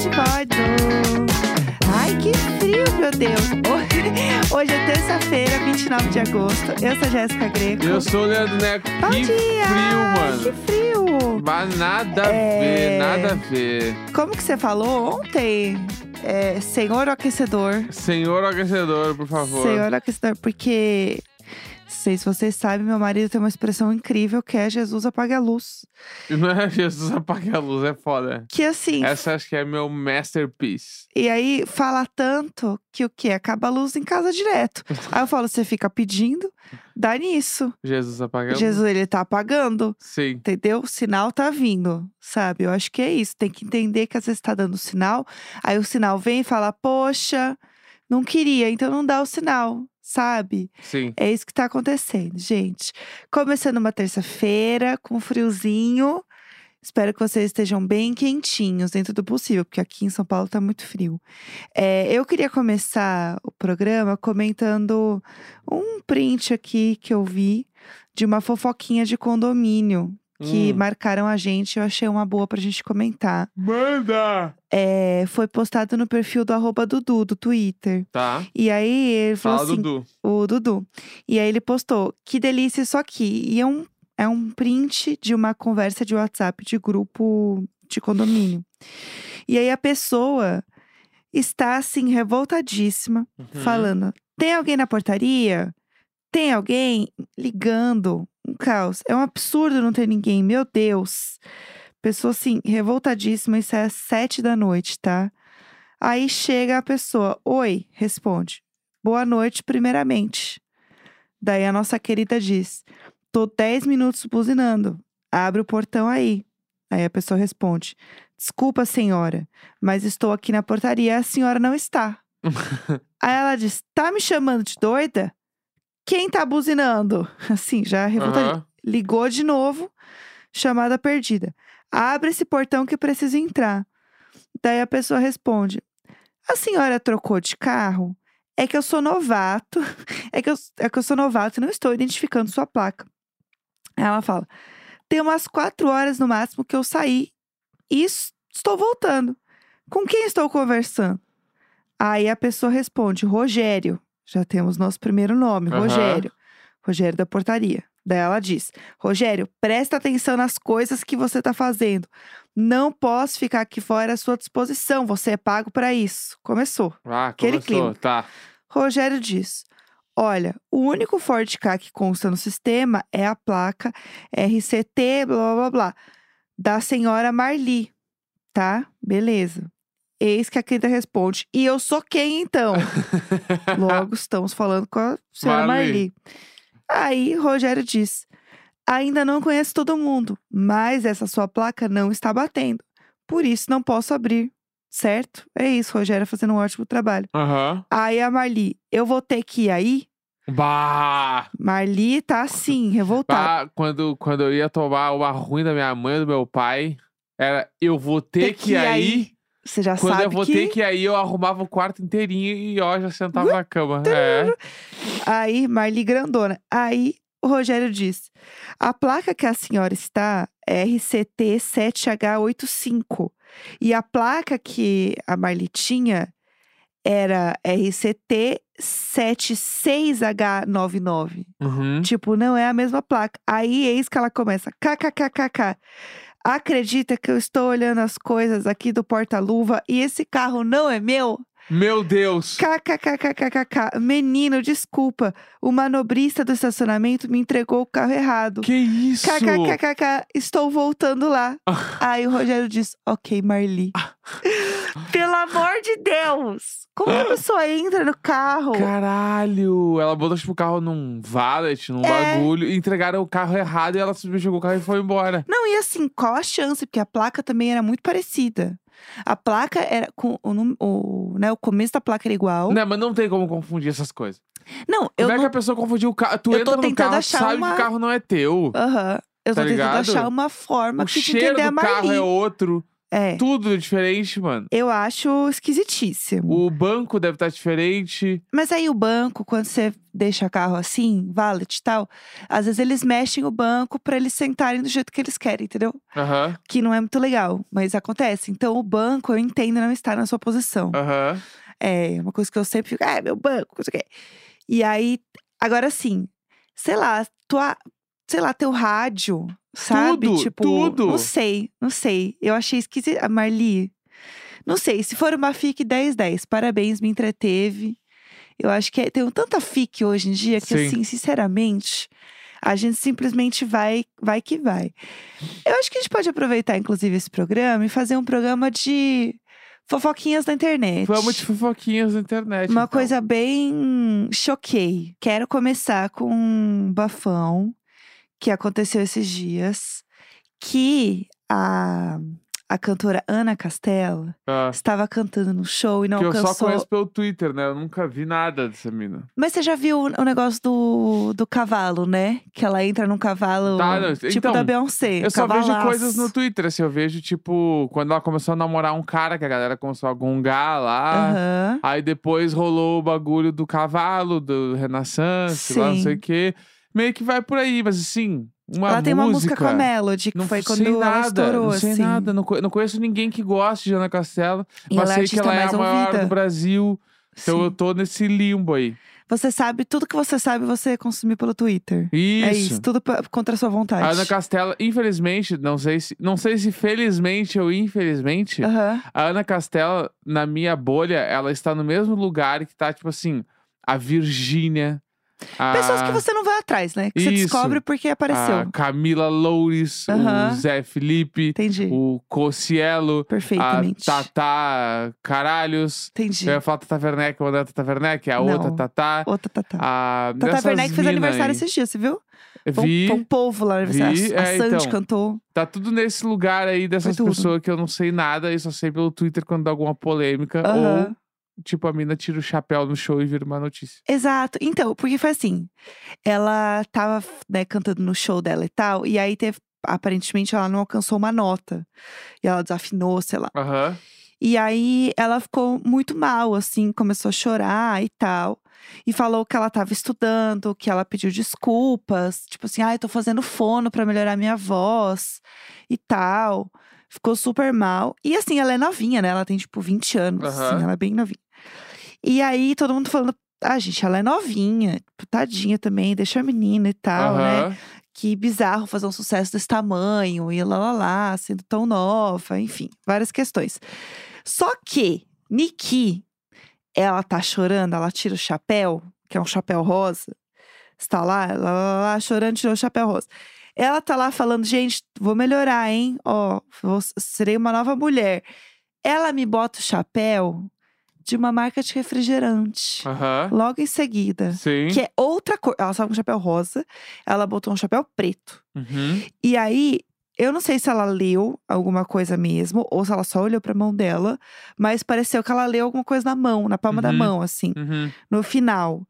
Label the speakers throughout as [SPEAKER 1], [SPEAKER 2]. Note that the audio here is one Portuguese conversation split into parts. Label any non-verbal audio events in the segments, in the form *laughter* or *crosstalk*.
[SPEAKER 1] um Código. Ai, que frio, meu Deus. Hoje- *laughs* Hoje é terça-feira, 29 de agosto. Eu sou a Jéssica Greco.
[SPEAKER 2] Eu sou o Leandro Neco.
[SPEAKER 1] Bom
[SPEAKER 2] que
[SPEAKER 1] dia!
[SPEAKER 2] frio, mano.
[SPEAKER 1] Que frio!
[SPEAKER 2] Mas nada
[SPEAKER 1] É.
[SPEAKER 2] a ver, nada a ver.
[SPEAKER 1] Como que você falou ontem? É, senhor aquecedor.
[SPEAKER 2] Senhor aquecedor, por favor.
[SPEAKER 1] Senhor aquecedor, porque... Não sei se vocês sabem, meu marido tem uma expressão incrível que é Jesus apaga a luz.
[SPEAKER 2] *laughs* Não é Jesus apaga a luz, é foda.
[SPEAKER 1] Que assim,
[SPEAKER 2] Essa acho que é meu masterpiece.
[SPEAKER 1] E aí fala tanto que o que? Acaba a luz em casa direto. Aí eu falo, você fica pedindo, dá nisso.
[SPEAKER 2] Jesus apaga a luz.
[SPEAKER 1] Jesus, ele tá apagando,
[SPEAKER 2] Sim.
[SPEAKER 1] entendeu? O sinal tá vindo, sabe? Eu acho que é isso. Tem que entender que às vezes tá dando sinal. Aí o sinal vem e fala, poxa, não queria, então não dá o sinal, sabe?
[SPEAKER 2] Sim.
[SPEAKER 1] É isso que tá acontecendo, gente. Começando uma terça-feira, com friozinho. Espero que vocês estejam bem quentinhos dentro do possível, porque aqui em São Paulo tá muito frio. É, eu queria começar o programa comentando um print aqui que eu vi de uma fofoquinha de condomínio que
[SPEAKER 2] Hum.
[SPEAKER 1] marcaram a gente. Eu achei uma boa pra gente comentar.
[SPEAKER 2] Manda!
[SPEAKER 1] É, foi postado no perfil do arroba Dudu, do Twitter.
[SPEAKER 2] Tá.
[SPEAKER 1] E aí ele falou
[SPEAKER 2] Fala,
[SPEAKER 1] assim:
[SPEAKER 2] Dudu.
[SPEAKER 1] o Dudu. E aí ele postou: Que delícia isso aqui. E é um, é um print de uma conversa de WhatsApp de grupo de condomínio. E aí a pessoa está assim, revoltadíssima,
[SPEAKER 2] Uhum.
[SPEAKER 1] falando: Tem alguém na portaria? Tem alguém ligando? Um caos. É um absurdo não ter ninguém, meu Deus. Pessoa assim, revoltadíssima, isso é às sete da noite, tá? Aí chega a pessoa, oi, responde. Boa noite, primeiramente. Daí a nossa querida diz: Tô 10 minutos buzinando. Abre o portão aí. Aí a pessoa responde: Desculpa, senhora, mas estou aqui na portaria, a senhora não está. aí ela diz: Tá me chamando de doida? Quem tá buzinando? *laughs* Assim, já revoltadinha.
[SPEAKER 2] Aham.
[SPEAKER 1] Ligou de novo, chamada perdida. Abre esse portão que preciso entrar. Daí a pessoa responde: A senhora trocou de carro? É que eu sou novato. *laughs* É que eu, é que eu sou novato e não estou identificando sua placa. Aí Ela fala: Tem umas quatro horas no máximo que eu saí e es- estou voltando. Com quem estou conversando? Aí a pessoa responde: Rogério. Já temos nosso primeiro nome,
[SPEAKER 2] Aham.
[SPEAKER 1] Rogério. Rogério da portaria. Daí ela diz: Rogério, presta atenção nas coisas que você está fazendo. Não posso ficar aqui fora à sua disposição. Você é pago para isso. Começou.
[SPEAKER 2] Ah,
[SPEAKER 1] Aquele
[SPEAKER 2] começou.
[SPEAKER 1] clima.
[SPEAKER 2] Tá.
[SPEAKER 1] Rogério diz: Olha, o único Ford K que consta no sistema é a placa RCT, blá blá blá, blá da senhora Marli, tá? Beleza. Eis que a querida responde: E eu sou quem então? Logo estamos falando com a senhora
[SPEAKER 2] Marli.
[SPEAKER 1] Marli. Aí Rogério diz: Ainda não conheço todo mundo, mas essa sua placa não está batendo. Por isso não posso abrir. Certo? É isso, Rogério fazendo um ótimo trabalho.
[SPEAKER 2] Aham.
[SPEAKER 1] Aí a Marli, eu vou ter que ir aí?
[SPEAKER 2] Bah!
[SPEAKER 1] Marli tá assim, revoltada.
[SPEAKER 2] Bah, quando, quando eu ia tomar uma ruim da minha mãe, do meu pai, era eu vou ter, que ir aí.
[SPEAKER 1] Você já
[SPEAKER 2] Quando
[SPEAKER 1] sabe
[SPEAKER 2] eu
[SPEAKER 1] que...
[SPEAKER 2] voltei, que... aí eu arrumava o quarto inteirinho e ó, já sentava na cama. É.
[SPEAKER 1] Aí, Marli grandona. Aí, o Rogério disse: a placa que a senhora está é RCT7H85. E a placa que a Marli tinha era RCT76H99.
[SPEAKER 2] Uhum.
[SPEAKER 1] Tipo, não é a mesma placa. Aí eis que ela começa. KKKKK. Acredita que eu estou olhando as coisas aqui do porta-luva e esse carro não é meu?
[SPEAKER 2] Meu Deus!
[SPEAKER 1] KKKKKKK. Menino, desculpa. O manobrista do estacionamento me entregou o carro errado.
[SPEAKER 2] Que isso? Ah.
[SPEAKER 1] KKKKK. Estou voltando lá. Aí o Rogério diz: Ok, Marli. Pelo amor de Deus! Como
[SPEAKER 2] Ah.
[SPEAKER 1] que a pessoa entra no carro?
[SPEAKER 2] Caralho! Ela botou tipo, o carro num valet, num
[SPEAKER 1] É.
[SPEAKER 2] bagulho, e entregaram o carro errado e ela simplesmente jogou o carro e foi embora.
[SPEAKER 1] Não, e assim, qual a chance? Porque a placa também era muito parecida. A placa era com o, num- o, né, o começo da placa era igual. Não,
[SPEAKER 2] Não, Né, mas não tem como confundir essas coisas.
[SPEAKER 1] eu
[SPEAKER 2] como é
[SPEAKER 1] não.
[SPEAKER 2] que a pessoa confundiu o carro? Tu
[SPEAKER 1] Eu tô
[SPEAKER 2] entra no
[SPEAKER 1] tentando
[SPEAKER 2] carro, tu
[SPEAKER 1] achar
[SPEAKER 2] sabe
[SPEAKER 1] uma-
[SPEAKER 2] que o carro não é teu.
[SPEAKER 1] Aham. Eu
[SPEAKER 2] Tá
[SPEAKER 1] tô tentando
[SPEAKER 2] ligado?
[SPEAKER 1] achar uma forma
[SPEAKER 2] o
[SPEAKER 1] que de
[SPEAKER 2] cheiro
[SPEAKER 1] entender a
[SPEAKER 2] do carro
[SPEAKER 1] Marli.
[SPEAKER 2] é outro.
[SPEAKER 1] É.
[SPEAKER 2] Tudo diferente, mano.
[SPEAKER 1] Eu acho esquisitíssimo.
[SPEAKER 2] O banco deve estar diferente.
[SPEAKER 1] Mas aí o banco, quando você deixa carro assim, valet e tal, às vezes eles mexem o banco pra eles sentarem do jeito que eles querem, entendeu?
[SPEAKER 2] Aham,
[SPEAKER 1] Que não é muito legal, mas acontece. Então o banco, eu entendo não estar na sua posição.
[SPEAKER 2] aham.
[SPEAKER 1] É uma coisa que eu sempre fico, ah, meu banco, não sei o quê. E aí, agora sim, sei lá, tua, sei lá, teu rádio, sabe?
[SPEAKER 2] Tudo,
[SPEAKER 1] tipo,
[SPEAKER 2] tudo.
[SPEAKER 1] Não sei, não sei. Eu achei esquisito. Ah, Marli, não sei. Se for uma FIC 1010, parabéns, me entreteve. Eu acho que é- tem tanta FIC hoje em dia que,
[SPEAKER 2] Sim.
[SPEAKER 1] assim, sinceramente, a gente simplesmente vai, vai que vai. Eu acho que a gente pode aproveitar, inclusive, esse programa e fazer um programa de fofoquinhas na internet.
[SPEAKER 2] Vamos de fofoquinhas na internet.
[SPEAKER 1] Uma
[SPEAKER 2] então.
[SPEAKER 1] coisa bem choquei. Quero começar com um bafão que aconteceu esses dias, que a, a cantora Ana Castela
[SPEAKER 2] Ah,
[SPEAKER 1] estava cantando no show e não
[SPEAKER 2] que eu só
[SPEAKER 1] alcançou.
[SPEAKER 2] conheço pelo Twitter, né? Eu nunca vi nada dessa mina.
[SPEAKER 1] Mas você já viu o o negócio do, do cavalo, né? Que ela entra num cavalo
[SPEAKER 2] Tá, não,
[SPEAKER 1] tipo
[SPEAKER 2] então,
[SPEAKER 1] da Beyoncé.
[SPEAKER 2] Eu só vejo
[SPEAKER 1] cavalaço.
[SPEAKER 2] coisas no Twitter, assim, eu vejo, tipo, quando ela começou a namorar um cara, que a galera começou a gongar lá.
[SPEAKER 1] Aham.
[SPEAKER 2] Aí depois rolou o bagulho do cavalo, do Renaissance, lá não
[SPEAKER 1] Sim.
[SPEAKER 2] sei o quê. Meio que vai por aí, mas assim, uma
[SPEAKER 1] Ela tem uma música com a
[SPEAKER 2] música,
[SPEAKER 1] Melody, que
[SPEAKER 2] Não
[SPEAKER 1] foi
[SPEAKER 2] sei
[SPEAKER 1] quando
[SPEAKER 2] nada,
[SPEAKER 1] ela estourou,
[SPEAKER 2] não sei
[SPEAKER 1] assim.
[SPEAKER 2] nada, não, co- não conheço ninguém que goste de Ana Castela,
[SPEAKER 1] E
[SPEAKER 2] mas
[SPEAKER 1] ela é a
[SPEAKER 2] sei que
[SPEAKER 1] artista
[SPEAKER 2] ela é
[SPEAKER 1] mais
[SPEAKER 2] a maior
[SPEAKER 1] ouvida.
[SPEAKER 2] do Brasil, então
[SPEAKER 1] Sim.
[SPEAKER 2] eu tô nesse limbo aí.
[SPEAKER 1] Você sabe, tudo que você sabe, você consumiu pelo Twitter.
[SPEAKER 2] Isso. Ah,
[SPEAKER 1] É isso, tudo pra- contra a sua vontade.
[SPEAKER 2] A Ana Castela, infelizmente, não sei se, não sei se felizmente ou infelizmente,
[SPEAKER 1] Aham.
[SPEAKER 2] a Ana Castela na minha bolha, ela está no mesmo lugar que tá tipo assim, a Virgínia, a-
[SPEAKER 1] Pessoas que você não vai atrás, né? Que você
[SPEAKER 2] Ah. Isso. Ah,
[SPEAKER 1] descobre porque apareceu.
[SPEAKER 2] A Camila Loures,
[SPEAKER 1] Aham.
[SPEAKER 2] o Zé Felipe,
[SPEAKER 1] Entendi.
[SPEAKER 2] o Cocielo, a
[SPEAKER 1] Perfeitamente.
[SPEAKER 2] Tatá Caralhos.
[SPEAKER 1] Entendi.
[SPEAKER 2] Eu ia falar Tata Werneck, mas não é a Tata Werneck, é a
[SPEAKER 1] Não.
[SPEAKER 2] outra Tatá.
[SPEAKER 1] Outra Tatá.
[SPEAKER 2] A
[SPEAKER 1] Tata
[SPEAKER 2] dessas
[SPEAKER 1] Werneck fez
[SPEAKER 2] mina
[SPEAKER 1] aniversário
[SPEAKER 2] ah, aí.
[SPEAKER 1] esses dias, você viu? Foi um-
[SPEAKER 2] Vi,
[SPEAKER 1] foi um povo lá no aniversário.
[SPEAKER 2] vi,
[SPEAKER 1] a
[SPEAKER 2] é,
[SPEAKER 1] Sandy
[SPEAKER 2] então.
[SPEAKER 1] cantou.
[SPEAKER 2] tá tudo nesse lugar aí dessas
[SPEAKER 1] Foi tudo.
[SPEAKER 2] pessoas que eu não sei nada e só sei pelo Twitter quando dá alguma polêmica.
[SPEAKER 1] Aham.
[SPEAKER 2] Ou, tipo, a mina tira o chapéu no show e vira uma notícia.
[SPEAKER 1] Exato. Então, porque foi assim. Ela tava, né, cantando no show dela e tal. E aí teve. Aparentemente ela não alcançou uma nota. E ela desafinou, sei lá.
[SPEAKER 2] Aham.
[SPEAKER 1] E aí ela ficou muito mal, assim, começou a chorar e tal. E falou que ela tava estudando, que ela pediu desculpas, tipo assim, ai, eu tô fazendo fono pra melhorar minha voz e tal. Ficou super mal. E assim, ela é novinha, né? Ela tem tipo 20 anos, assim,
[SPEAKER 2] Aham.
[SPEAKER 1] ela é bem novinha. E aí todo mundo falando, ah, gente, ela é novinha, tipo, tadinha também, deixa a menina e tal, né?
[SPEAKER 2] Aham.
[SPEAKER 1] que bizarro fazer um sucesso desse tamanho e lá lá lá, sendo tão nova, enfim, várias questões. Só que Nikki, ela tá chorando, ela tira o chapéu, que é um chapéu rosa, está lá, lá, lá, lá chorando, tirou o chapéu rosa. Ela tá lá falando, gente, vou melhorar, hein? Ó, vou- serei uma nova mulher. Ela me bota o chapéu de uma marca de refrigerante.
[SPEAKER 2] Aham.
[SPEAKER 1] Logo em seguida.
[SPEAKER 2] Sim.
[SPEAKER 1] Que é outra cor. Ela estava com chapéu rosa, ela botou um chapéu preto.
[SPEAKER 2] Uhum.
[SPEAKER 1] E aí, eu não sei se ela leu alguma coisa mesmo, ou se ela só olhou pra mão dela, mas pareceu que ela leu alguma coisa na mão, na palma da
[SPEAKER 2] Uhum.
[SPEAKER 1] mão, assim,
[SPEAKER 2] Uhum.
[SPEAKER 1] no final.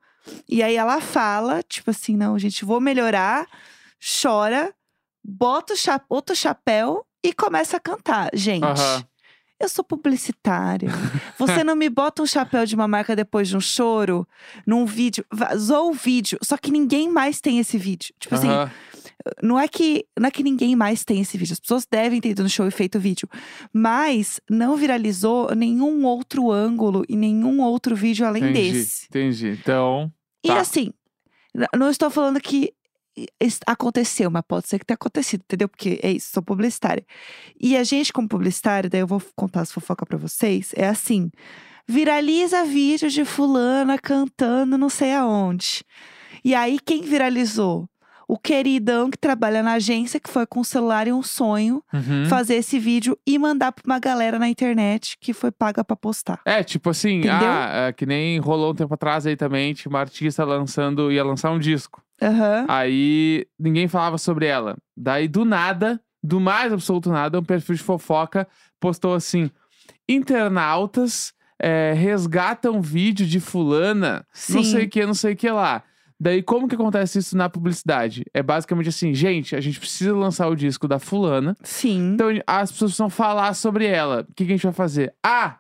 [SPEAKER 1] E aí ela fala, tipo assim, não, gente, vou melhorar, chora, bota o cha- outro chapéu e começa a cantar. Gente.
[SPEAKER 2] Aham.
[SPEAKER 1] Eu sou publicitária. Você não me bota um chapéu de uma marca depois de um choro, num vídeo. Vazou o vídeo. Só que ninguém mais tem esse vídeo. Tipo assim,
[SPEAKER 2] Aham.
[SPEAKER 1] não é que não é que ninguém mais tem esse vídeo. As pessoas devem ter ido no show e feito o vídeo, mas não viralizou nenhum outro ângulo e nenhum outro vídeo além
[SPEAKER 2] Entendi,
[SPEAKER 1] desse.
[SPEAKER 2] Entendi. Então,
[SPEAKER 1] E
[SPEAKER 2] Tá.
[SPEAKER 1] assim, n- não estou falando que es- aconteceu, mas pode ser que tenha acontecido, entendeu? Porque é isso, sou publicitária. E a gente, como publicitária, daí eu vou contar as fofocas pra vocês, é assim: viraliza vídeo de fulana cantando não sei aonde. E aí, quem viralizou? O queridão que trabalha na agência, que foi com um celular e um sonho
[SPEAKER 2] uhum.
[SPEAKER 1] fazer esse vídeo e mandar pra uma galera na internet que foi paga pra postar.
[SPEAKER 2] É, tipo assim,
[SPEAKER 1] Entendeu?
[SPEAKER 2] ah, é, que nem rolou um tempo atrás aí também, tinha uma artista lançando, ia lançar um disco.
[SPEAKER 1] Aham.
[SPEAKER 2] Aí ninguém falava sobre ela. Daí, do nada, do mais absoluto nada, um perfil de fofoca postou assim: internautas é, resgatam vídeo de fulana,
[SPEAKER 1] Sim.
[SPEAKER 2] não sei o que, não sei o que lá. Daí, como que acontece isso na publicidade? É basicamente assim, gente, a gente precisa lançar o disco da fulana.
[SPEAKER 1] Sim.
[SPEAKER 2] Então as pessoas precisam falar sobre ela. O que, que a gente vai fazer? Ah,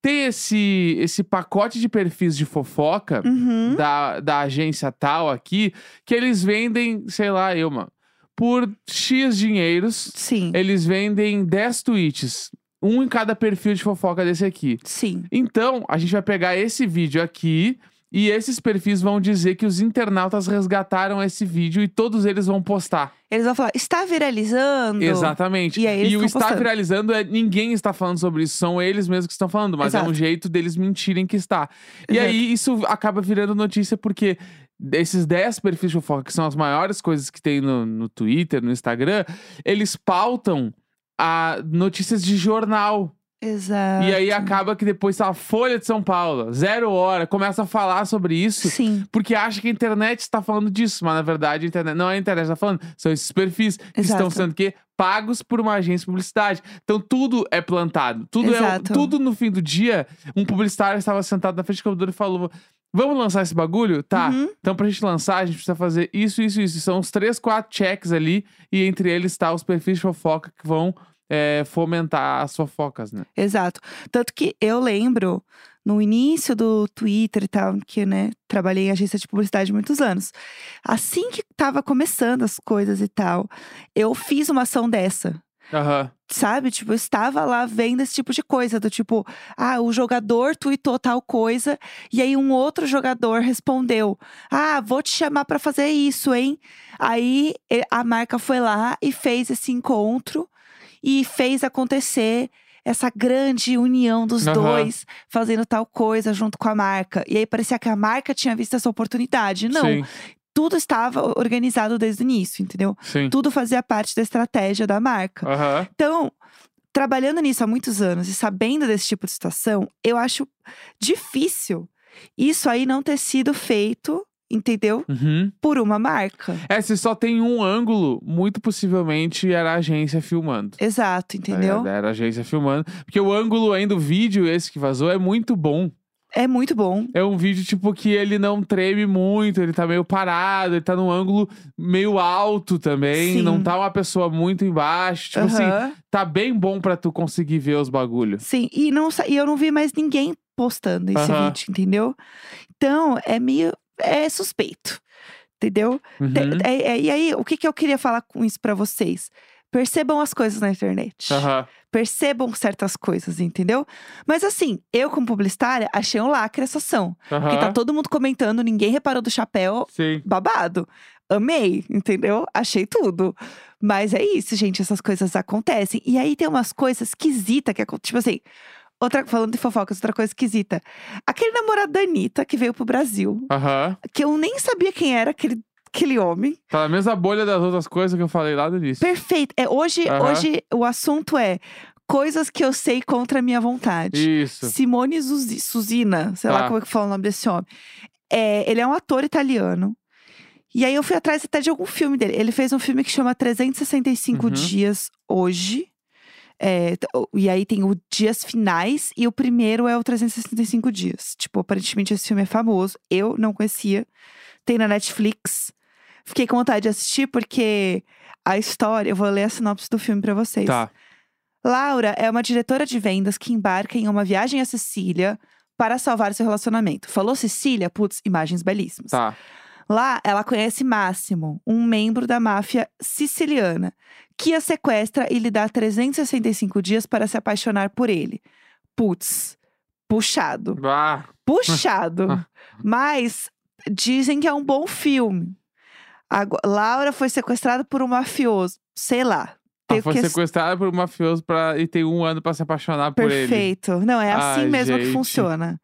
[SPEAKER 2] tem esse, esse pacote de perfis de fofoca
[SPEAKER 1] Uhum.
[SPEAKER 2] da, da agência tal aqui, que eles vendem, sei lá, eu, mano, por X dinheiros,
[SPEAKER 1] Sim.
[SPEAKER 2] eles vendem 10 tweets. Um em cada perfil de fofoca desse aqui.
[SPEAKER 1] Sim.
[SPEAKER 2] Então, a gente vai pegar esse vídeo aqui e esses perfis vão dizer que os internautas resgataram esse vídeo e todos eles vão postar.
[SPEAKER 1] Eles vão falar, está viralizando.
[SPEAKER 2] Exatamente.
[SPEAKER 1] E aí eles
[SPEAKER 2] o
[SPEAKER 1] tão
[SPEAKER 2] está
[SPEAKER 1] postando.
[SPEAKER 2] viralizando é ninguém está falando sobre isso, são eles mesmos que estão falando, mas é um
[SPEAKER 1] Exato.
[SPEAKER 2] jeito deles mentirem que está. E
[SPEAKER 1] Exato.
[SPEAKER 2] aí isso acaba virando notícia porque esses 10 perfis de fofoca, que são as maiores coisas que tem no, no Twitter, no Instagram, eles pautam a notícias de jornal.
[SPEAKER 1] Exato.
[SPEAKER 2] E é aí acaba que depois tá a Folha de São Paulo, zero hora, começa a falar sobre isso.
[SPEAKER 1] Sim.
[SPEAKER 2] Porque acha que a internet está falando disso, mas na verdade a internet não é a internet que está falando, são esses perfis que
[SPEAKER 1] Exato.
[SPEAKER 2] estão sendo que pagos por uma agência de publicidade. Então tudo é plantado, tudo é
[SPEAKER 1] Exato.
[SPEAKER 2] tudo no fim do dia. Um publicitário estava sentado na frente do computador e falou: "Vamos lançar esse bagulho? Tá.
[SPEAKER 1] Uhum.
[SPEAKER 2] Então pra gente lançar, a gente precisa fazer isso, isso, isso. São os três, quatro checks ali e entre eles está os perfis de fofoca que vão é, fomentar as fofocas, né?
[SPEAKER 1] Exato. Tanto que eu lembro, no início do Twitter e tal, que, né, trabalhei em agência de publicidade muitos anos. Assim que tava começando as coisas e tal, eu fiz uma ação dessa.
[SPEAKER 2] Aham.
[SPEAKER 1] Sabe? Tipo, eu estava lá vendo esse tipo de coisa, do tipo, ah, o jogador tweetou tal coisa, e aí um outro jogador respondeu: Ah, vou te chamar pra fazer isso, hein? Aí e- a marca foi lá e fez esse encontro e fez acontecer essa grande união dos
[SPEAKER 2] Aham.
[SPEAKER 1] dois, fazendo tal coisa junto com a marca. E aí parecia que a marca tinha visto essa oportunidade. Não,
[SPEAKER 2] Sim,
[SPEAKER 1] tudo estava organizado desde o início, entendeu?
[SPEAKER 2] sim.
[SPEAKER 1] Tudo fazia parte da estratégia da marca.
[SPEAKER 2] Aham.
[SPEAKER 1] Então, trabalhando nisso há muitos anos e sabendo desse tipo de situação, eu acho difícil isso aí não ter sido feito, entendeu?
[SPEAKER 2] Uhum.
[SPEAKER 1] Por uma marca.
[SPEAKER 2] É, se só tem um ângulo, muito possivelmente era a agência filmando.
[SPEAKER 1] Exato,
[SPEAKER 2] tá
[SPEAKER 1] entendeu?
[SPEAKER 2] ligado? Era a agência filmando. Porque o ângulo ainda do vídeo, esse que vazou, é muito bom.
[SPEAKER 1] É muito bom.
[SPEAKER 2] É um vídeo, tipo, que ele não treme muito, ele tá meio parado, ele tá num ângulo meio alto também.
[SPEAKER 1] Sim.
[SPEAKER 2] Não tá uma pessoa muito embaixo. Tipo assim,
[SPEAKER 1] Aham.
[SPEAKER 2] tá bem bom pra tu conseguir ver os bagulhos.
[SPEAKER 1] Sim, e, não, sa- e eu não vi mais ninguém postando esse
[SPEAKER 2] Aham.
[SPEAKER 1] vídeo, entendeu? Então, é meio. É suspeito, entendeu? Te-
[SPEAKER 2] Uhum.
[SPEAKER 1] é- é- e aí, o que, que eu queria falar com isso pra vocês? Percebam as coisas na internet.
[SPEAKER 2] Aham.
[SPEAKER 1] percebam certas coisas, entendeu? Mas assim, eu como publicitária achei um lacre essa ação. Porque tá
[SPEAKER 2] Aham.
[SPEAKER 1] todo mundo comentando, ninguém reparou do chapéu,
[SPEAKER 2] Sim.
[SPEAKER 1] babado. Amei, entendeu? Achei tudo. Mas é isso, gente, essas coisas acontecem. E aí tem umas coisas esquisitas que acontecem, tipo assim, outra falando de fofocas, outra coisa esquisita. Aquele namorado da Anitta que veio pro Brasil,
[SPEAKER 2] Aham.
[SPEAKER 1] que eu nem sabia quem era aquele Aquele homem.
[SPEAKER 2] Tá na mesma bolha das outras coisas que eu falei lá no início.
[SPEAKER 1] Perfeito. É, hoje,
[SPEAKER 2] Aham.
[SPEAKER 1] hoje o assunto é coisas que eu sei contra a minha vontade.
[SPEAKER 2] Isso.
[SPEAKER 1] Simone Zuzi- Suzina, sei
[SPEAKER 2] Tá.
[SPEAKER 1] lá como é que fala o nome desse homem. É, ele é um ator italiano. E aí eu fui atrás até de algum filme dele. Ele fez um filme que chama 365
[SPEAKER 2] Uhum.
[SPEAKER 1] Dias Hoje. É, t- o- e aí tem o Dias Finais e o primeiro é o 365 Dias. Tipo, aparentemente esse filme é famoso. Eu não conhecia. Tem na Netflix. Fiquei com vontade de assistir porque a história. Eu vou ler a sinopse do filme pra vocês.
[SPEAKER 2] Tá.
[SPEAKER 1] Laura é uma diretora de vendas que embarca em uma viagem à Sicília para salvar seu relacionamento. Falou Sicília? Putz, imagens belíssimas.
[SPEAKER 2] Tá.
[SPEAKER 1] Lá, ela conhece Máximo, um membro da máfia siciliana, que a sequestra e lhe dá 365 dias para se apaixonar por ele. Putz,
[SPEAKER 2] *laughs*
[SPEAKER 1] puxado.
[SPEAKER 2] Ah.
[SPEAKER 1] Puxado. Mas dizem que é um bom filme. Ago- Laura foi sequestrada por um mafioso. Sei lá.
[SPEAKER 2] Ela
[SPEAKER 1] Tenho
[SPEAKER 2] Ah, foi
[SPEAKER 1] que-
[SPEAKER 2] sequestrada por um mafioso pra... e tem um ano pra se apaixonar por ele.
[SPEAKER 1] Perfeito. Não, é assim
[SPEAKER 2] Ai,
[SPEAKER 1] mesmo
[SPEAKER 2] gente.
[SPEAKER 1] que funciona.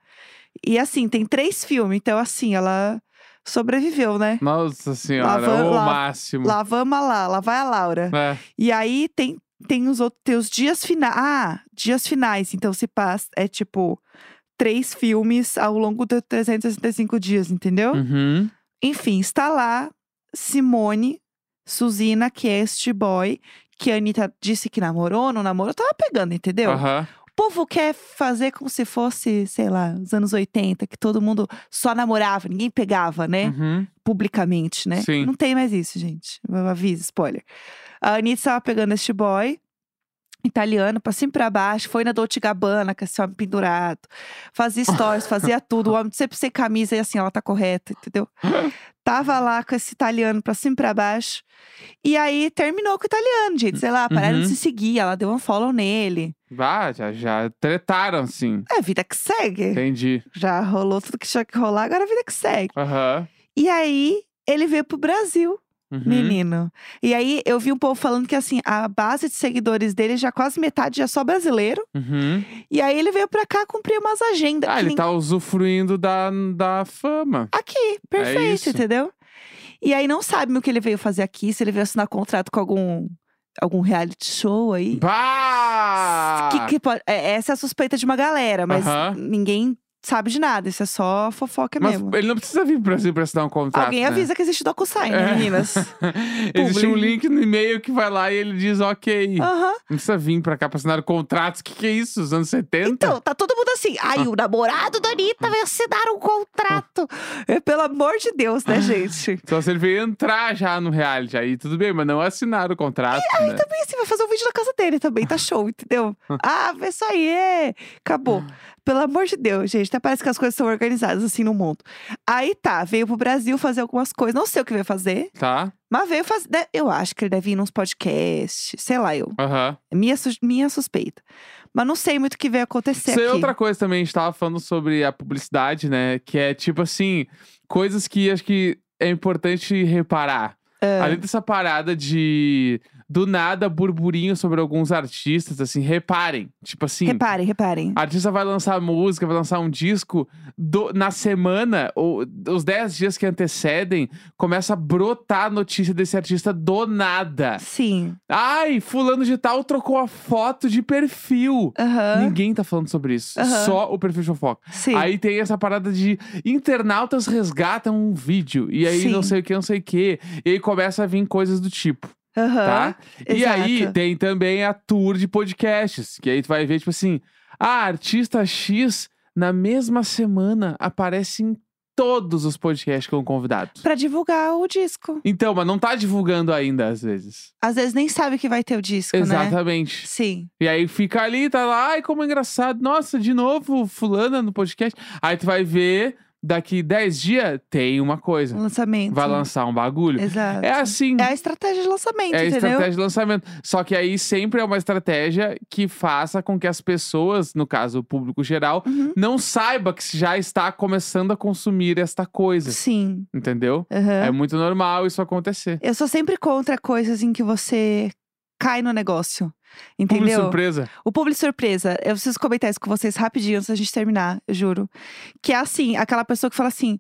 [SPEAKER 1] E assim, tem três filmes, então assim, ela sobreviveu, né?
[SPEAKER 2] Nossa senhora,
[SPEAKER 1] Lavan-
[SPEAKER 2] o
[SPEAKER 1] la-
[SPEAKER 2] máximo.
[SPEAKER 1] Lá vamos lá, lá vai a Laura.
[SPEAKER 2] É,
[SPEAKER 1] E aí tem, tem os outros, tem os dias finais. Ah, dias finais. Então se passa, é tipo, três filmes ao longo de 365 dias, entendeu?
[SPEAKER 2] uhum,
[SPEAKER 1] Enfim, está lá Simone, Suzina, que é este boy, que a Anitta disse que namorou, não namorou, tava pegando, entendeu?
[SPEAKER 2] aham.
[SPEAKER 1] O povo quer fazer como se fosse, sei lá, os anos 80, que todo mundo só namorava, ninguém pegava, né?
[SPEAKER 2] Uhum.
[SPEAKER 1] Publicamente, né?
[SPEAKER 2] Sim.
[SPEAKER 1] Não tem mais isso, gente. Avisa, spoiler. A Anitta estava pegando este boy italiano pra cima e pra baixo, foi na Dolce Gabbana com esse homem pendurado, fazia stories,
[SPEAKER 2] *laughs*
[SPEAKER 1] fazia tudo, o homem sempre sem camisa e assim, ela tá correta, entendeu? Tava lá com esse italiano pra cima e pra baixo, e aí terminou com o italiano, gente, sei lá, pararam
[SPEAKER 2] Uhum.
[SPEAKER 1] de se seguir, ela deu um follow nele.
[SPEAKER 2] Ah, já, já tretaram, sim.
[SPEAKER 1] É a vida que segue.
[SPEAKER 2] Entendi.
[SPEAKER 1] Já rolou tudo que tinha que rolar, agora é a vida que segue.
[SPEAKER 2] Aham.
[SPEAKER 1] E aí, ele veio pro Brasil.
[SPEAKER 2] Uhum.
[SPEAKER 1] Menino. E aí, eu vi um povo falando que, assim, a base de seguidores dele já quase metade já é só brasileiro.
[SPEAKER 2] Uhum.
[SPEAKER 1] E aí, ele veio pra cá cumprir umas agendas. Então,
[SPEAKER 2] Ah,
[SPEAKER 1] que
[SPEAKER 2] ele
[SPEAKER 1] nem-
[SPEAKER 2] tá usufruindo da, da fama.
[SPEAKER 1] Aqui, perfeito,
[SPEAKER 2] isso.
[SPEAKER 1] entendeu? E aí, não sabe o que ele veio fazer aqui, se ele veio assinar contrato com algum, algum reality show aí.
[SPEAKER 2] Bah!
[SPEAKER 1] Que, que pode- é, essa é a suspeita de uma galera, mas
[SPEAKER 2] Ah! Aham.
[SPEAKER 1] ninguém sabe de nada. Isso é só fofoca
[SPEAKER 2] Mas
[SPEAKER 1] mesmo.
[SPEAKER 2] ele não precisa vir pro Brasil pra assinar um contrato.
[SPEAKER 1] Alguém
[SPEAKER 2] né?
[SPEAKER 1] avisa que existe DocuSign,
[SPEAKER 2] É.
[SPEAKER 1] né,
[SPEAKER 2] *laughs*
[SPEAKER 1] meninas.
[SPEAKER 2] Existe um
[SPEAKER 1] Publi.
[SPEAKER 2] link no e-mail que vai lá e ele diz ok.
[SPEAKER 1] Aham.
[SPEAKER 2] Não precisa vir pra cá pra assinar contratos. Que que é isso? Os anos 70?
[SPEAKER 1] Então, tá todo mundo assim. Ai, o namorado da Anitta vai assinar um contrato. É, Pelo amor de Deus, né, gente?
[SPEAKER 2] Só se ele veio entrar já no reality aí, tudo bem, mas não assinar o contrato. né?
[SPEAKER 1] Também assim, vai fazer um vídeo na casa dele também, tá show, entendeu? Ah, vê isso aí, é. Acabou. Pelo amor de Deus, gente. Até parece que as coisas são organizadas assim no mundo. Aí tá, veio pro Brasil fazer algumas coisas. Não sei o que veio fazer,
[SPEAKER 2] Tá?
[SPEAKER 1] mas veio fazer. né, Eu acho que ele deve ir nos podcasts, sei lá, eu. é
[SPEAKER 2] Aham.
[SPEAKER 1] Minha, sus- minha suspeita. Mas não sei muito o que veio acontecer
[SPEAKER 2] Isso é
[SPEAKER 1] aqui.
[SPEAKER 2] outra coisa também, a gente tava falando sobre a publicidade, né? Que é tipo assim, coisas que acho que é importante reparar. Além dessa parada de do nada burburinho sobre alguns artistas, assim, reparem. Tipo assim,
[SPEAKER 1] Reparem, reparem.
[SPEAKER 2] artista vai lançar música, vai lançar um disco do- na semana, ou os 10 dias que antecedem, começa a brotar a notícia desse artista do nada.
[SPEAKER 1] Ah. Sim.
[SPEAKER 2] Ai, fulano de tal trocou a foto de perfil.
[SPEAKER 1] Aham.
[SPEAKER 2] Ninguém tá falando sobre isso.
[SPEAKER 1] Aham.
[SPEAKER 2] Só o perfil fofoca.
[SPEAKER 1] Sim.
[SPEAKER 2] Aí tem essa parada de internautas resgatam um vídeo. E aí
[SPEAKER 1] Sim.
[SPEAKER 2] não sei o que, não sei o que. E aí começa a vir coisas do tipo,
[SPEAKER 1] Aham.
[SPEAKER 2] tá? E aí
[SPEAKER 1] exato.
[SPEAKER 2] tem também a tour de podcasts. Que aí tu vai ver, tipo assim, a artista X, na mesma semana, aparece em todos os podcasts com convidados.
[SPEAKER 1] Pra divulgar o disco.
[SPEAKER 2] Então, mas não tá divulgando ainda, às vezes.
[SPEAKER 1] Às vezes nem sabe que vai ter o disco, né?
[SPEAKER 2] Exatamente.
[SPEAKER 1] Sim.
[SPEAKER 2] E aí fica ali, tá lá, ai, como é engraçado. Nossa, de novo, fulana no podcast. Aí tu vai ver, daqui 10 dias, tem uma coisa.
[SPEAKER 1] Um lançamento.
[SPEAKER 2] Vai lançar um bagulho.
[SPEAKER 1] Exato.
[SPEAKER 2] É
[SPEAKER 1] É,
[SPEAKER 2] assim.
[SPEAKER 1] a estratégia de lançamento,
[SPEAKER 2] É a
[SPEAKER 1] entendeu?
[SPEAKER 2] estratégia de lançamento. Só que aí sempre é uma estratégia que faça com que as pessoas, no caso o público geral,
[SPEAKER 1] Uhum.
[SPEAKER 2] não saiba que já está começando a consumir esta coisa.
[SPEAKER 1] Sim.
[SPEAKER 2] Entendeu?
[SPEAKER 1] Aham.
[SPEAKER 2] É muito normal isso acontecer.
[SPEAKER 1] Eu sou sempre contra coisas em que você cai no negócio.
[SPEAKER 2] Público
[SPEAKER 1] Entendeu?
[SPEAKER 2] surpresa.
[SPEAKER 1] O público surpresa, eu preciso comentar isso com vocês rapidinho antes da gente terminar, eu juro. Que é assim, aquela pessoa que fala assim.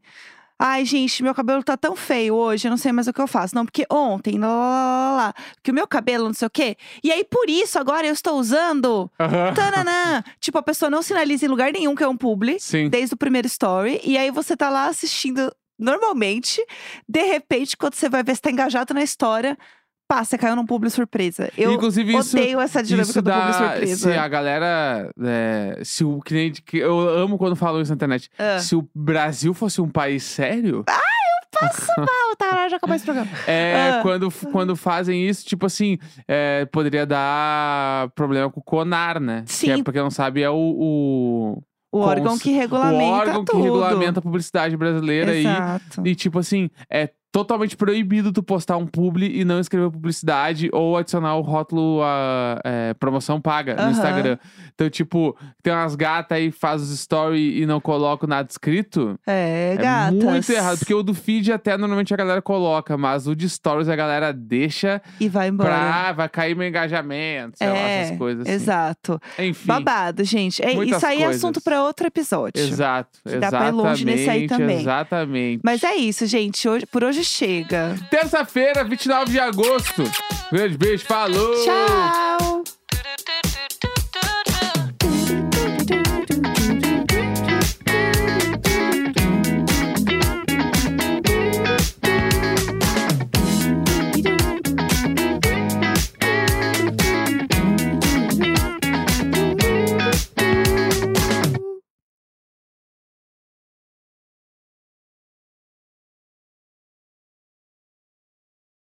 [SPEAKER 1] Ai, gente, meu cabelo tá tão feio hoje, eu não sei mais o que eu faço. Não, porque ontem, lá, lá, lá, lá, lá, que o meu cabelo não sei o quê. E aí, por isso, agora eu estou usando.
[SPEAKER 2] Aham.
[SPEAKER 1] Tananã! tipo, a pessoa não sinaliza em lugar nenhum que é um publi,
[SPEAKER 2] Sim.
[SPEAKER 1] desde o primeiro story. E aí você tá lá assistindo normalmente. De repente, quando você vai ver se tá engajado na história, pá, você caiu num publi surpresa. Eu
[SPEAKER 2] Inclusive, isso
[SPEAKER 1] odeio essa dinâmica
[SPEAKER 2] Isso
[SPEAKER 1] do
[SPEAKER 2] dá,
[SPEAKER 1] publi surpresa.
[SPEAKER 2] Se a galera. é, se o cliente. que Eu amo quando falam isso na internet.
[SPEAKER 1] Ah.
[SPEAKER 2] Se o Brasil fosse um país sério,
[SPEAKER 1] Passo mal, tá? Já acabou esse programa.
[SPEAKER 2] é,
[SPEAKER 1] *laughs* Ah.
[SPEAKER 2] quando, quando fazem isso, tipo assim, é, poderia dar problema com o CONAR, né? Que é
[SPEAKER 1] Sim.
[SPEAKER 2] porque não sabe, é o. o-
[SPEAKER 1] O
[SPEAKER 2] Cons-
[SPEAKER 1] órgão que
[SPEAKER 2] o
[SPEAKER 1] regulamenta
[SPEAKER 2] órgão
[SPEAKER 1] tudo.
[SPEAKER 2] que regulamenta a publicidade brasileira aí.
[SPEAKER 1] Exato.
[SPEAKER 2] E tipo assim, é totalmente proibido tu postar um publi e não escrever publicidade ou adicionar o rótulo a é, promoção paga no
[SPEAKER 1] Aham.
[SPEAKER 2] Instagram. Então, tipo, tem umas gatas aí que faz os story e não coloca nada escrito.
[SPEAKER 1] É, gatas.
[SPEAKER 2] É muito errado, porque o do feed até normalmente a galera coloca, mas o de stories a galera deixa
[SPEAKER 1] E vai embora. É,
[SPEAKER 2] pra ah, vai cair meu engajamento, sei lá, essas coisas assim.
[SPEAKER 1] Exato.
[SPEAKER 2] Enfim.
[SPEAKER 1] Babado, gente. É,
[SPEAKER 2] Muitas
[SPEAKER 1] isso aí é
[SPEAKER 2] coisas.
[SPEAKER 1] assunto pra outro episódio.
[SPEAKER 2] Exato,
[SPEAKER 1] Que dá pra ir
[SPEAKER 2] exatamente,
[SPEAKER 1] longe nesse aí também.
[SPEAKER 2] exatamente.
[SPEAKER 1] Mas é isso, gente. Hoje, por hoje chega.
[SPEAKER 2] Terça-feira, 29 de agosto. Grande beijo, falou!
[SPEAKER 1] Tchau!